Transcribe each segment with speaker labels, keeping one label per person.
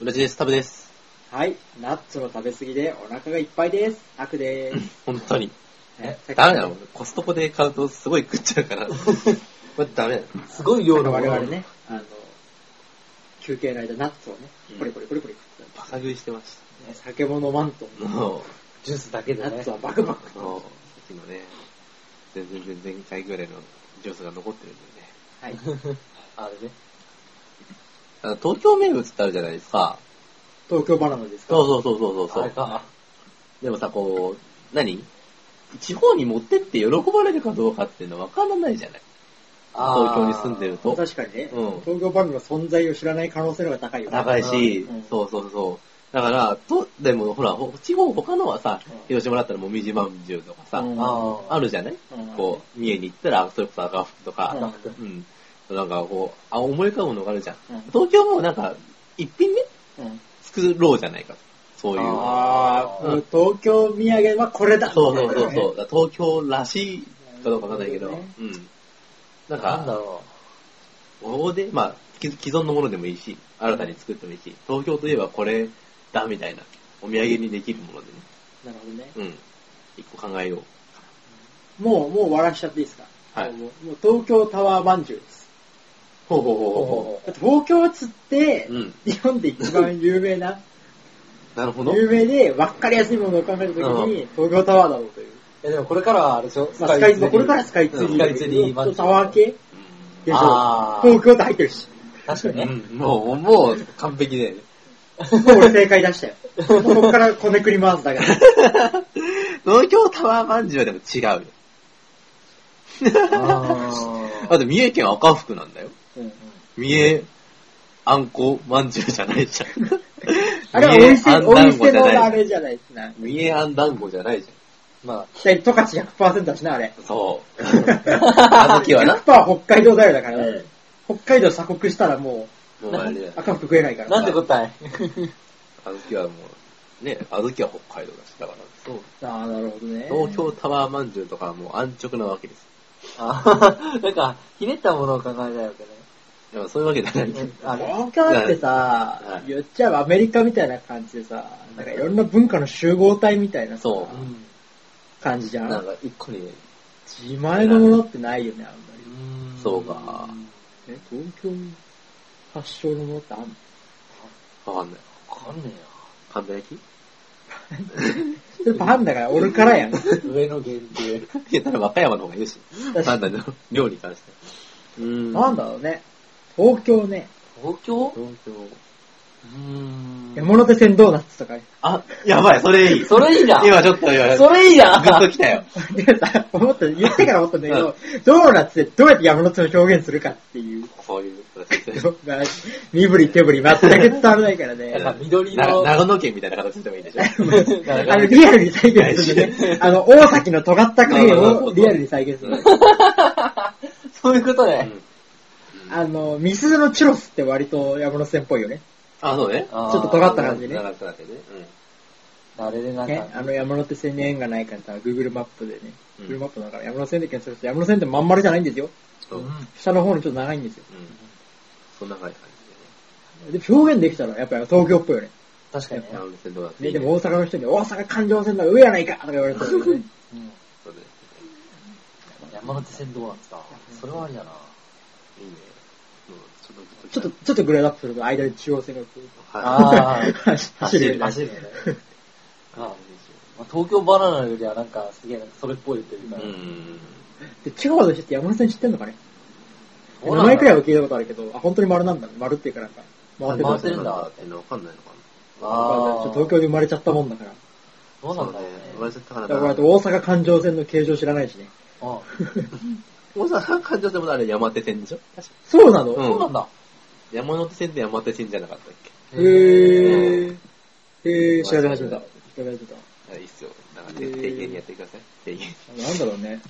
Speaker 1: 裏地です、タブです。
Speaker 2: はい。ナッツの食べ過ぎでお腹がいっぱいです。アクでーす。
Speaker 1: 本当に。
Speaker 2: え
Speaker 1: ダメだろ、コストコで買うとすごい食っちゃう から。これダメだよ。
Speaker 3: すごい
Speaker 2: 今日の
Speaker 3: 量のも
Speaker 2: 我
Speaker 3: のを
Speaker 2: 々ね、あの、休憩の間ナッツをね
Speaker 1: うん、
Speaker 2: ポリポリポリポリ食って、
Speaker 1: バカ食いしてました
Speaker 2: ね。酒も飲まんと。
Speaker 1: た。も
Speaker 3: ジュースだけで
Speaker 2: ナッ
Speaker 3: ね
Speaker 2: ツ。はバクバク
Speaker 1: う、。もう、さっきのね、全然全然前回ぐらいのジュースが残ってるんだよね。
Speaker 2: はい。
Speaker 3: あれね。
Speaker 1: あの東京名物ってあるじゃないですか。
Speaker 2: 東京バナナですか
Speaker 1: そうそうそうそうそ
Speaker 3: あれ
Speaker 1: う。
Speaker 3: か。
Speaker 1: でもさ、こう、何地方に持ってって喜ばれるかどうかっていうのは分からないじゃない。
Speaker 3: あー
Speaker 1: 東京に住んでると。
Speaker 2: 確かにね、
Speaker 1: うん
Speaker 2: 東京バナナの存在を知らない可能性の方が高いよね。
Speaker 1: 高いし、
Speaker 2: うん
Speaker 1: そうそうそう。だから、と、でもほら、ほ地方他のはさ
Speaker 2: うん、
Speaker 1: 広島だったらもみじまんじゅうとかさ、
Speaker 2: うん
Speaker 3: ああ。
Speaker 1: あるじゃない
Speaker 2: うん
Speaker 1: こう、三重に行ったら、それこそ赤服と
Speaker 2: う
Speaker 1: か、
Speaker 2: ん
Speaker 1: うん。なんかこう、あ、思い浮かぶのがあるじゃん。
Speaker 2: うん
Speaker 1: 東京もなんか、一品目
Speaker 2: うん
Speaker 1: 作ろうじゃないか。そういう。
Speaker 2: ああ、
Speaker 1: うん
Speaker 2: もう東京土産はこれだ
Speaker 1: そうそう そう
Speaker 2: みたい
Speaker 1: そう。だから東京らしいかどうかわかんないけど、
Speaker 2: なるほ
Speaker 1: うん。なん
Speaker 3: なんだ
Speaker 1: か、
Speaker 3: ろ
Speaker 1: ここで、まあ、既既存のものでもいいし、新たに作ってもいいし、東京といえばこれだみたいな、お土産にできるものでね。
Speaker 2: なね。なるほどね。
Speaker 1: うん。一個考えよう。
Speaker 2: もう、もう笑っちゃっていいですか
Speaker 1: はい
Speaker 2: もうもう東京タワーまんじゅうです。
Speaker 1: ほうほう
Speaker 3: う。
Speaker 1: ほうほ
Speaker 3: ほ
Speaker 2: だって東京つって、
Speaker 1: う。うん。
Speaker 2: 日本で一番有名 な、
Speaker 1: なるほど。
Speaker 2: 有名で分かりやすいものを考えたときに、東京タワーだろうという。
Speaker 3: う。え、でもこれからはあれでしょ
Speaker 2: まあ、スカイツリー、これかららスカイツリー。
Speaker 3: スカイツリー
Speaker 2: ちょっとタワー系でしょ
Speaker 3: あ。ー
Speaker 2: 東京って入ってるし。
Speaker 3: 確かに
Speaker 1: う
Speaker 3: ね。
Speaker 1: ん、もう、もう、完璧だよね。
Speaker 2: もう俺正解出したよ。もうここからこねくり回すだけだ。
Speaker 1: 東京タワーまんじゅうはでも違うよ。
Speaker 3: あ
Speaker 1: あと、三重県赤福なんだよ。
Speaker 2: うん
Speaker 1: 三重、あんこ、まんじゅうじゃないじゃん。
Speaker 2: あれは
Speaker 1: 三
Speaker 2: お
Speaker 1: 重あん
Speaker 2: 店、お
Speaker 1: 団子
Speaker 2: 店
Speaker 1: じゃ
Speaker 2: のあ
Speaker 1: ない。
Speaker 2: れじゃないですな。
Speaker 1: 三重あん団子じゃないじ
Speaker 3: ま
Speaker 2: 期待、十勝100%だしな、あれ。
Speaker 1: ゃん。そう。あずきはな。
Speaker 2: 100%北海道だよだから
Speaker 1: うん
Speaker 2: ね。北海道鎖国したらも
Speaker 1: もうあれだよ
Speaker 2: う、。赤服食えないか
Speaker 3: あ、
Speaker 2: ら。
Speaker 3: なんて答え
Speaker 1: あずきはもう、ね、あずきは北海道だし、だから。そう。
Speaker 2: ああ、なるほどね。
Speaker 1: 東京タワーまんじゅうとかはもう安直なわけです。
Speaker 3: あなんか、ひねったものを考えたいわけね。
Speaker 1: でもそういうわけじゃないけど。
Speaker 3: あれ
Speaker 2: 東京ってさ
Speaker 1: はい、
Speaker 2: 言っちゃえばアメリカみたいな感じでさ、なんかいろんな文化の集合体みたいなさ
Speaker 1: そう
Speaker 3: うん。
Speaker 2: 感じじゃ
Speaker 1: なん
Speaker 2: ん。
Speaker 1: か一個にね、
Speaker 2: 自前のものってないよね、あんまり。
Speaker 1: そうか
Speaker 2: え、東京発祥のものってあんの
Speaker 1: わかんない。
Speaker 3: わかんね
Speaker 1: 神田焼き
Speaker 2: それパンだから、俺から やん。
Speaker 3: えな。上の限定。
Speaker 1: いや、多分和歌山の方がいいし。
Speaker 2: かに
Speaker 1: なんだろう、量に関して。うーん
Speaker 2: なんだろうね。東京ね、
Speaker 3: 東京
Speaker 1: 東京。
Speaker 3: うーん
Speaker 2: 山手線ドーナツとか。
Speaker 1: あ、やばい、それいい。
Speaker 3: それいいな。
Speaker 1: 今ちょっと、今、
Speaker 3: それいいな。
Speaker 1: グッときた よ。
Speaker 2: でさ、思った、言ってから思ったんだけど、ドーナツでどうやって山手線を表現するかっていう。
Speaker 1: そういう、
Speaker 2: 身振り手振り全く伝わらないから ね
Speaker 3: や。っぱ緑
Speaker 1: な
Speaker 3: の。
Speaker 1: 長野県みたいな形でもいいでしょ。
Speaker 3: なんか
Speaker 2: あの、リアルに再現するね。あの、大崎の尖った影をリアルに再現する。
Speaker 3: そういうこと
Speaker 1: う
Speaker 3: ね。
Speaker 1: ん
Speaker 2: あの、ミスズのチュロスって割と山手線っぽいよね。
Speaker 1: あ、そうね。
Speaker 3: あー
Speaker 2: ちょっと尖った感じね
Speaker 1: 長くなってね。
Speaker 3: あれでなん
Speaker 2: ね、
Speaker 3: か、
Speaker 2: あの山手線に縁がないからさ、Google マップでね。
Speaker 1: うん
Speaker 2: Google マップだから山手線で検索して、山手線ってまん丸じゃないんですよ。
Speaker 1: うん。うん。うん。
Speaker 2: 下の方にちょっと長いんですよ。
Speaker 1: そんな感じ
Speaker 2: で、表現できたらやっぱり東京っぽいよね。
Speaker 3: 確かに
Speaker 1: でね。
Speaker 3: ね。
Speaker 1: 山手線どうなって
Speaker 2: ね、でも大阪の人に、大阪環状線の上やないかとか言われたら、 ね、
Speaker 3: うん
Speaker 1: そうね
Speaker 3: 山手線ドーナツか。それはありだな。
Speaker 1: いいね。うんちょっとグッ
Speaker 2: ちょっと、
Speaker 1: き
Speaker 2: ちょっとグレードアップすると間に中央線がこう
Speaker 1: た、はい。
Speaker 3: あー
Speaker 2: 走るよね。
Speaker 3: 走るよね。あまあ東京バナナよりはなんかすげえなんかそれっぽいというか。
Speaker 1: うん。
Speaker 2: で、地方の人って山手線知ってんのかね
Speaker 3: ど
Speaker 2: 名
Speaker 3: うなんだろう
Speaker 2: 前くらいは聞いたことあるけど、あ、本当に丸なんだね。丸っていうかなんか、回ってた
Speaker 3: 回っ
Speaker 2: ち
Speaker 3: て
Speaker 2: ょっ
Speaker 3: るんだ
Speaker 1: ってのわかんないのか
Speaker 3: ああ。
Speaker 2: と東京で生まれちゃったもんだから。
Speaker 3: どう
Speaker 1: な
Speaker 3: なんだろうね。
Speaker 1: 生まれちゃったから
Speaker 2: だか
Speaker 1: な
Speaker 2: ら俺。大阪環状線の形状知らないしね。
Speaker 3: あ
Speaker 1: 大阪環状線もあれ山手線でしょ確か
Speaker 2: そうなの、
Speaker 1: うん
Speaker 3: そうなんだ。
Speaker 1: 山手線って山手線じゃなかったっけ
Speaker 2: へー。へー、調べ始めた。調べ始めた。
Speaker 1: あいいっすよ。なんか、定型にやってください。定型
Speaker 2: なんだろうね。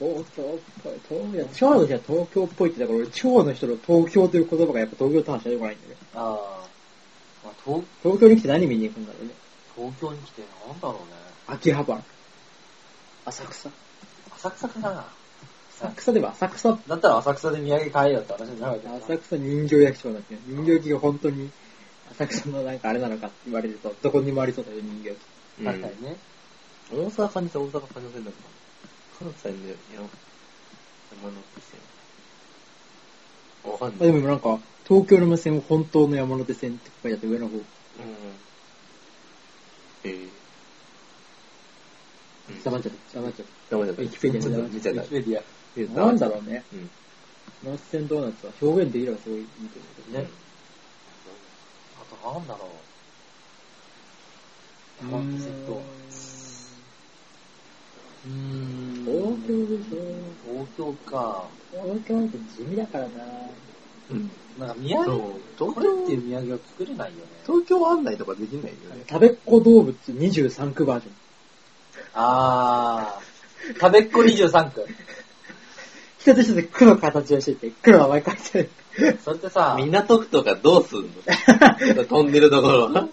Speaker 2: 東京っぽい。東京、地方の人は東京っぽいって、だから俺地方の人の東京という言葉がやっぱ東京ターンしか出てこないんだよね。
Speaker 3: ああ。まあ東
Speaker 2: 東京に来て何見に行くんだろうね。
Speaker 3: 東京に来てなんだろうね。
Speaker 2: 秋葉原。浅草。
Speaker 3: 浅草かな。
Speaker 2: 浅草では浅草。
Speaker 3: だったら浅草で土産買えよって話じゃなかった。
Speaker 2: 浅草人形焼きそばだっけ人形焼きが本当に、たくさんのなんかあれなのかって言われると、どこにもありそうだよ、人形。
Speaker 1: うん
Speaker 3: 確かにね。
Speaker 1: 大阪感じたら大阪感じませんだから。関西のやろ山手線。わかん
Speaker 2: あ
Speaker 1: ない。
Speaker 2: でも今なんか、東京の無線を本当の山手線って書いてあって上の方。
Speaker 1: うん。えー。
Speaker 2: 黙っちゃった、黙っちゃっ
Speaker 1: 黙っちゃった。
Speaker 2: ウィキペディア
Speaker 1: ちょっと
Speaker 2: に
Speaker 1: 見ちゃっ
Speaker 3: ウィ
Speaker 1: た
Speaker 3: キ。ペディア。
Speaker 1: 見ち
Speaker 2: た。
Speaker 1: ゃ
Speaker 2: な
Speaker 1: っ
Speaker 2: ん
Speaker 1: た
Speaker 2: だろうね。
Speaker 1: うん。
Speaker 2: 山手線ドーナツは表現できればすごいいいと思うけど
Speaker 1: ね
Speaker 2: ね。。
Speaker 3: あとなんだろう。
Speaker 2: う
Speaker 3: 山手線と。うーん
Speaker 2: 東京でし
Speaker 3: 東京か。
Speaker 2: ょ。東京って地味だからな
Speaker 1: うん。
Speaker 3: なんか宮城、
Speaker 1: そう
Speaker 3: これっていう宮城は作れないよね。
Speaker 1: 東京案内とかできないよね。
Speaker 2: 食べっ子動物23区バージョン。
Speaker 3: あー。食べっ子23区。
Speaker 2: 一つ一つ区の形をしてて、区の名前書いてある。
Speaker 3: それってさ、
Speaker 1: 港区とかどうす んの飛んでるところ。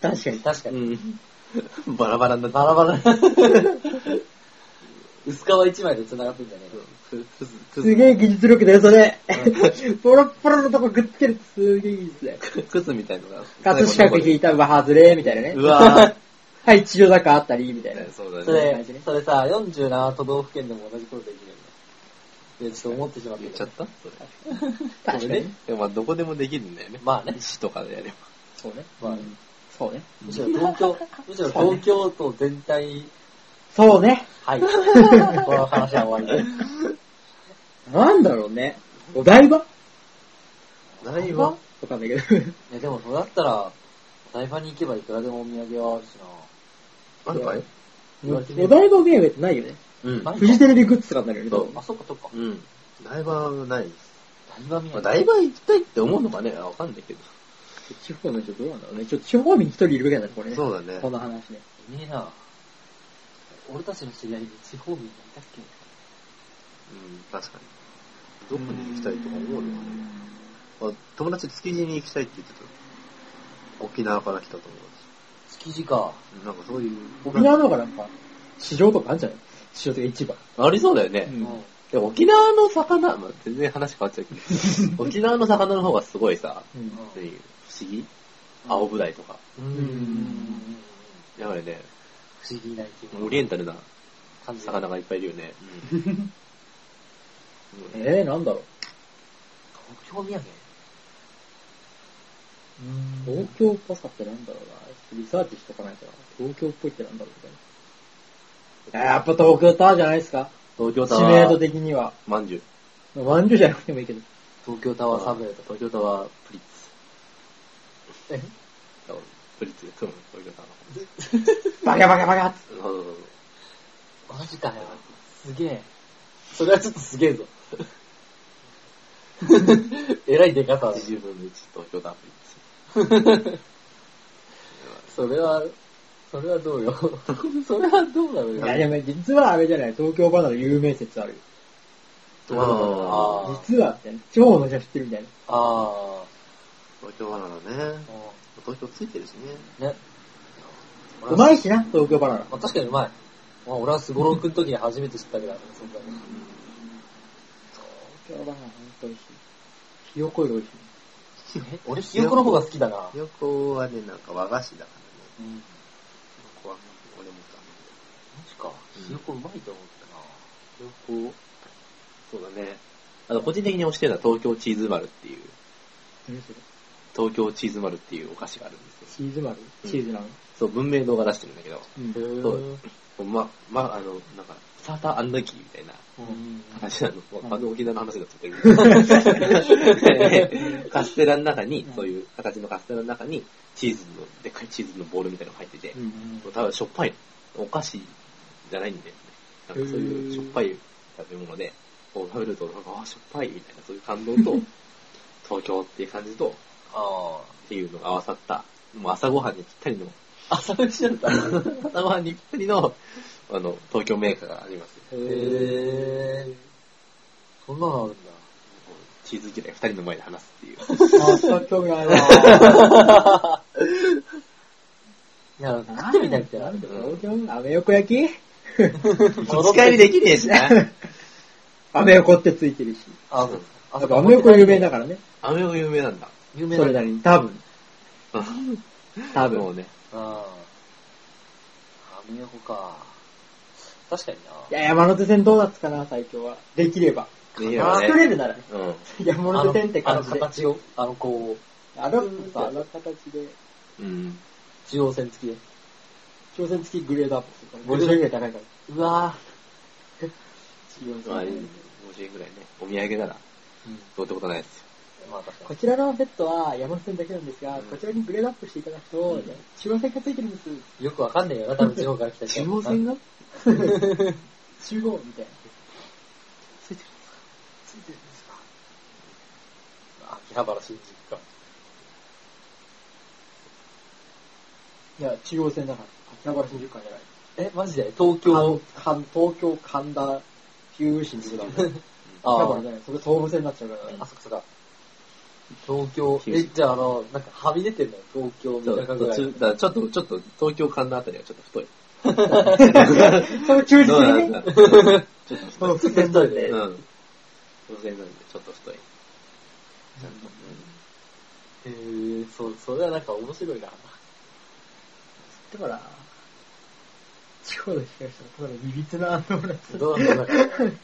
Speaker 2: 確かに。
Speaker 3: 確かに。
Speaker 1: うん。バラバラになっ
Speaker 3: バラバラ。薄皮一枚で繋がってんじゃねえよ。
Speaker 1: た。
Speaker 2: すげえ技術力だよ、それ。 ポロッポロのとこくっつけるってすげえ技術だよ。
Speaker 1: クズみたいのが。
Speaker 2: 葛飾区引いた馬外れ、みたいなね
Speaker 1: う。わ
Speaker 2: はい、千代坂あったり、みたいな。
Speaker 1: ぁ。そう
Speaker 3: そ
Speaker 1: だね。
Speaker 3: れ、それさ、47都道府県でも同じことできるよね。で、ちょっと思ってしまった
Speaker 1: 言
Speaker 3: け
Speaker 1: っ
Speaker 3: ど。
Speaker 1: ちゃったそれ。
Speaker 2: 確かに。
Speaker 1: でもまあどこでもできるんだよね。
Speaker 3: まあね。
Speaker 1: 市とかでやれば。
Speaker 2: そうね。
Speaker 3: まあね
Speaker 2: そうね。
Speaker 3: むしろ 東京、むしろ東京都全体、
Speaker 2: そうね。
Speaker 3: はい。この話は終わりだ。
Speaker 2: なんだろうね。お台場
Speaker 1: ない
Speaker 3: わ
Speaker 2: わかんないけど。
Speaker 3: いやでもそうだったら、お台場に行けばいくらでもお土産はあるし
Speaker 1: あるかい
Speaker 3: 言われてみ
Speaker 2: お
Speaker 3: れば
Speaker 2: 台場お土産ってないよね。
Speaker 1: うん
Speaker 3: な。
Speaker 2: フジテレビグッズとかになるよね
Speaker 1: そ。
Speaker 3: あ、そっかそっか。
Speaker 1: うん。台場はないです。
Speaker 3: 台場み
Speaker 1: ま
Speaker 3: た
Speaker 1: あ、
Speaker 3: いな。
Speaker 1: 台場行きたいって思うのかね、あわかんないけど。
Speaker 2: 地方の人どうなんだろうね。ちょっと地方民一人いるぐらいだね、これね。
Speaker 1: そうだね
Speaker 2: こ。の話ね。
Speaker 3: いねえな。俺たちの知り合いに地方民がいたっけ
Speaker 1: うん、確かに。どこに行きたいとか思うのかね。あ友達築地に行きたいって言ってた。沖縄から来た友
Speaker 3: 築地か。
Speaker 1: 達。なんかそういう。
Speaker 2: 沖縄の方がなんか、市場とかあるんじゃない市場というか市場。
Speaker 1: ありそうだよね。
Speaker 2: うん
Speaker 1: でも沖縄の魚、まあ、全然話変わっちゃうけ ど、沖縄の魚の方がすごいさ、
Speaker 2: うん
Speaker 1: 何不思議青ブダイとか。
Speaker 3: うん。うん。
Speaker 1: やはりね、
Speaker 3: 不思議な生き物。
Speaker 1: オリエンタルな
Speaker 3: 感じ。
Speaker 1: 魚がいっぱいいるよね。うん
Speaker 2: えー、なんだろう。
Speaker 3: 東京土産う
Speaker 2: 東京っぽさってなんだろうな。リサーチしとかないとな。東京っぽいってなんだろうみたいな。やっぱ東京タワーじゃないですか
Speaker 1: 東京タ
Speaker 2: 知名
Speaker 1: ワ
Speaker 2: 度
Speaker 1: ー、
Speaker 2: 的には。
Speaker 1: まんじゅう。
Speaker 2: まんじゅうじゃなくてもいいけど。
Speaker 3: 東京タワーサブレと。
Speaker 1: 東京タワー、プリッツ。
Speaker 3: え
Speaker 1: プリッツで組む、東京タワー。
Speaker 2: バカバカバカっつって
Speaker 1: そうそうそう
Speaker 3: マジかよ。すげえ。それはちょっとすげ えぞ。えらい出方だ。
Speaker 1: 80分の1、東京タワー、プリッツ。
Speaker 3: それは、それはどう よ。それはどうだろう
Speaker 2: い
Speaker 3: よ。
Speaker 2: やでも実はあれじゃない、東京離れ有名説あるよ。
Speaker 1: どうだろ
Speaker 3: あー
Speaker 2: 実はみたいな、地方の人は知ってるみたいな。
Speaker 3: あ
Speaker 1: 東京バナナね
Speaker 3: あ。。も
Speaker 1: 東京ついてるしね。
Speaker 3: うね。
Speaker 2: うまいしな、東京バナナ。
Speaker 3: まあ、確かにうまい。まあ、俺はスゴロくん時に初めて知ったけど、そんなに。
Speaker 2: 東京バナナ本当美味しい。ひよこより美味しい。
Speaker 3: え俺、ひよこの方が好きだな。
Speaker 1: 旅行はね、なんか和菓子だからね。
Speaker 3: うん。マ
Speaker 1: ここは、俺も食べる。
Speaker 3: ジか。ひよこうまいと思ったな。
Speaker 1: 旅行そうだね。あの、個人的に推してるのは東京チーズ丸っていう、
Speaker 2: 何それ
Speaker 1: 東京チーズ丸っていうお菓子があるんですよ。
Speaker 2: チーズ丸
Speaker 1: うん
Speaker 2: チーズなの
Speaker 1: そう、文明堂が出してるんだけど、
Speaker 2: うん。
Speaker 1: そうま、ま、あの、なんか、サーターアンダギーみたいな
Speaker 3: うん。
Speaker 1: 話なの。
Speaker 2: ん
Speaker 1: 完全に沖縄の話になっちゃ ってる。カステラの中に
Speaker 2: うん、
Speaker 1: そういう形のカステラの中に、チーズの、でっかいチーズのボールみたいなのが入ってて、
Speaker 2: うん。
Speaker 1: 多分しょっぱいのお菓子じゃないんだよね。なんかそういうしょっぱい食べ物で、こう食べると、なんか、あー、しょっぱいみたいな、そういう感 動と、東京っていう感じと、っ
Speaker 3: あ
Speaker 1: ていうのが合わさった、もう朝ごはんにぴったりの、
Speaker 3: あ。朝飯だった。
Speaker 1: 朝ごはんにぴったりの、あの、東京メーカーがあります。
Speaker 2: へ
Speaker 3: へえ。そんなのあるんだ。
Speaker 1: チーズ嫌い二人の前で話すっていう。
Speaker 2: あ、そう興味あるな。
Speaker 3: いや、食ってみたいってあ
Speaker 2: な
Speaker 3: る
Speaker 2: ん
Speaker 3: け
Speaker 2: だ
Speaker 3: ど。
Speaker 2: ろう、東京アメ横焼き
Speaker 1: 持ち帰りできねえしな。
Speaker 2: アメ横ってついてるし。
Speaker 3: あ、そう。
Speaker 2: やっぱアメ横有名だからね。
Speaker 1: アメ横有名なんだ。
Speaker 3: 有名
Speaker 2: そ
Speaker 3: な
Speaker 2: れ
Speaker 3: んだ
Speaker 2: なりに、多分。多
Speaker 1: 分もう
Speaker 2: 分。
Speaker 1: ね。
Speaker 3: ああ。アメ横か。確かにな。
Speaker 2: いや、山手線どうだったかな、最強は。できれば。
Speaker 1: いいよ
Speaker 3: あ
Speaker 2: 作
Speaker 1: ね。
Speaker 2: れるなら。
Speaker 1: うん。
Speaker 2: 山手線って
Speaker 3: あ
Speaker 2: 感
Speaker 3: の
Speaker 2: じで。
Speaker 3: 形を、あのこう、
Speaker 2: あのさ、あの形で、
Speaker 1: うん。
Speaker 3: 中央線付きで。
Speaker 2: 挑戦付きグレードアップするから。
Speaker 3: グレー
Speaker 2: 50
Speaker 3: ド
Speaker 2: 円ぐらい高いから。
Speaker 3: うわ
Speaker 1: まあ、いいね50円ぐらいね。お土産なら、
Speaker 3: ぁ。うん。
Speaker 1: どうってことないですよ。
Speaker 3: まあ確か
Speaker 2: こ
Speaker 3: に。
Speaker 2: ちらのベッドは山手線だけなんですが、
Speaker 1: うん
Speaker 2: こちらにグレードアップしていただくと、
Speaker 1: ん
Speaker 2: 中央線がついてるんです。
Speaker 3: よくわかんねえよな、多分地方から来た人。
Speaker 1: 中央線
Speaker 3: が
Speaker 1: が
Speaker 2: 中央みたい
Speaker 1: つ
Speaker 2: な。
Speaker 1: いてる
Speaker 2: ついてるんですか
Speaker 3: 秋葉原新宿か。
Speaker 2: いや、中央線だから。秋葉原新宿間じゃない。
Speaker 3: え、マジで東京。
Speaker 2: 関東京神田九新宿だもんね。
Speaker 3: あ
Speaker 2: だ
Speaker 3: あ
Speaker 2: から、ね、それ総武線になっちゃうからね。
Speaker 3: あそこそか。東京。
Speaker 1: 九州
Speaker 3: え、じゃああの、なんかはみ出てんのよ東京
Speaker 1: そ
Speaker 3: 三
Speaker 1: う、
Speaker 3: 鷹ぐ
Speaker 1: 途
Speaker 3: らい。
Speaker 1: 中、だからちょっと、ちょっと、東京間のあたりはちょっと太い。
Speaker 2: その中
Speaker 1: どうな
Speaker 2: 軸
Speaker 1: ん
Speaker 2: にね
Speaker 1: だ、ちょっと
Speaker 2: そ
Speaker 1: 太
Speaker 2: の
Speaker 1: い。
Speaker 2: 伏線なんで
Speaker 1: う。ん。当然なんで、ちょっと太い。ちゃんと。
Speaker 3: へえ、そう、それはなんか面白いな。
Speaker 2: だから、地方の人がしたら、ただのいびつなドーナツ。
Speaker 3: どうなんだろうな。
Speaker 1: うん。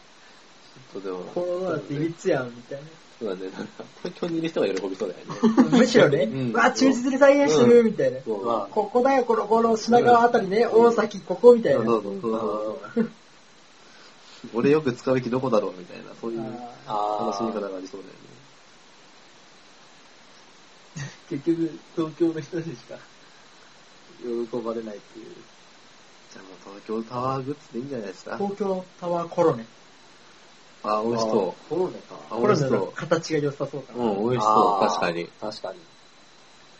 Speaker 1: とでも、
Speaker 2: このドーナツいびつやん、みたい
Speaker 1: そうだね、なんか、東京にいる人が喜びそうだよね。
Speaker 2: な。むしろね、
Speaker 1: うん
Speaker 2: わ、忠実に再現してる、みたいな。
Speaker 1: そう
Speaker 3: ま
Speaker 2: ここだよ、この、この品川あたりね、大崎、ここ、みたいな。
Speaker 1: そうそうそう そう俺よく使うべきどこだろうみたいな、そういう
Speaker 2: あ
Speaker 3: あ
Speaker 1: 楽しみ方
Speaker 3: あ。
Speaker 1: がありそうだよね。
Speaker 3: 結局、東京の人たちしか喜ばれないっていう。
Speaker 1: じゃあもう東京タワーグッズでいいんじゃないです
Speaker 2: ー
Speaker 1: か
Speaker 2: 東京タワーコロネ。
Speaker 1: あ、美味し
Speaker 3: そ。
Speaker 1: そう
Speaker 3: コロネか。
Speaker 1: あ
Speaker 2: コ
Speaker 1: 美
Speaker 2: ロ
Speaker 1: 味し
Speaker 2: ネ
Speaker 1: そう
Speaker 2: の形が良さそうか
Speaker 1: う。
Speaker 2: な。
Speaker 1: うん、美味しそ
Speaker 3: あ
Speaker 1: う、
Speaker 3: ー
Speaker 1: 確かに。
Speaker 3: 確かに。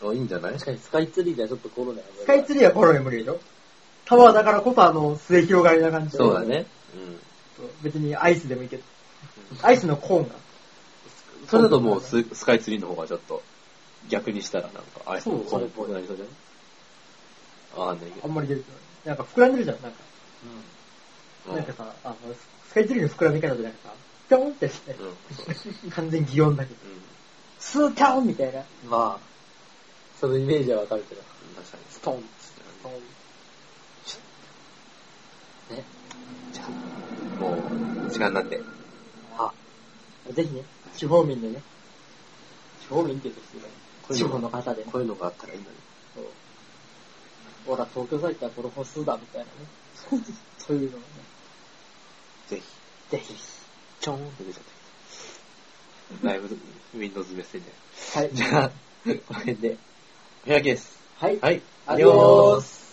Speaker 1: あいいんじゃない
Speaker 3: 確かにスカイツリーではちょっとコロネ
Speaker 2: スカイツリーはコロネ無理でしょタワーだからこそあの、末広がりな感じで
Speaker 1: そうだね。うん。
Speaker 2: 別にアイスでもいいけど。アイスのコーンが。
Speaker 1: それだともうススカイツリーの方がちょっと逆にしたらなんか、あれ、
Speaker 3: そう
Speaker 1: これっぽくなりそうじゃないああ、ね
Speaker 2: あんまり出てない。なんか膨らんでるじゃん。なんか、
Speaker 1: うん。
Speaker 2: なんかさ、あの、スカイツリーの膨らみ方じゃなくてさ、ピョンってして
Speaker 1: う、ん。
Speaker 2: 完全擬音だけど。
Speaker 1: うん。
Speaker 2: スーキャンみたいな。
Speaker 3: まあ、そのイメージはわかるけど。
Speaker 1: 確かに。
Speaker 2: ストン。
Speaker 3: ね。
Speaker 1: じゃあもう、時間なんで。
Speaker 3: あ、
Speaker 2: ぜひね、地方民でね。地方民って言うと失礼だね
Speaker 1: こうい
Speaker 2: 地
Speaker 1: う
Speaker 2: 方
Speaker 1: の
Speaker 2: の方でね。
Speaker 1: こういうのがあったらいいのに。
Speaker 2: そうほら、東京さったらこの歩数だ、み たいなね。そういうのをね、
Speaker 1: ぜひ。
Speaker 2: ぜひ。
Speaker 1: ちょーんって出ちゃった。ライブ、Windows メッセンジャー。
Speaker 2: はい。
Speaker 1: じゃあ、この辺で、お開きです。
Speaker 2: はい。
Speaker 1: はい。
Speaker 2: アディオース。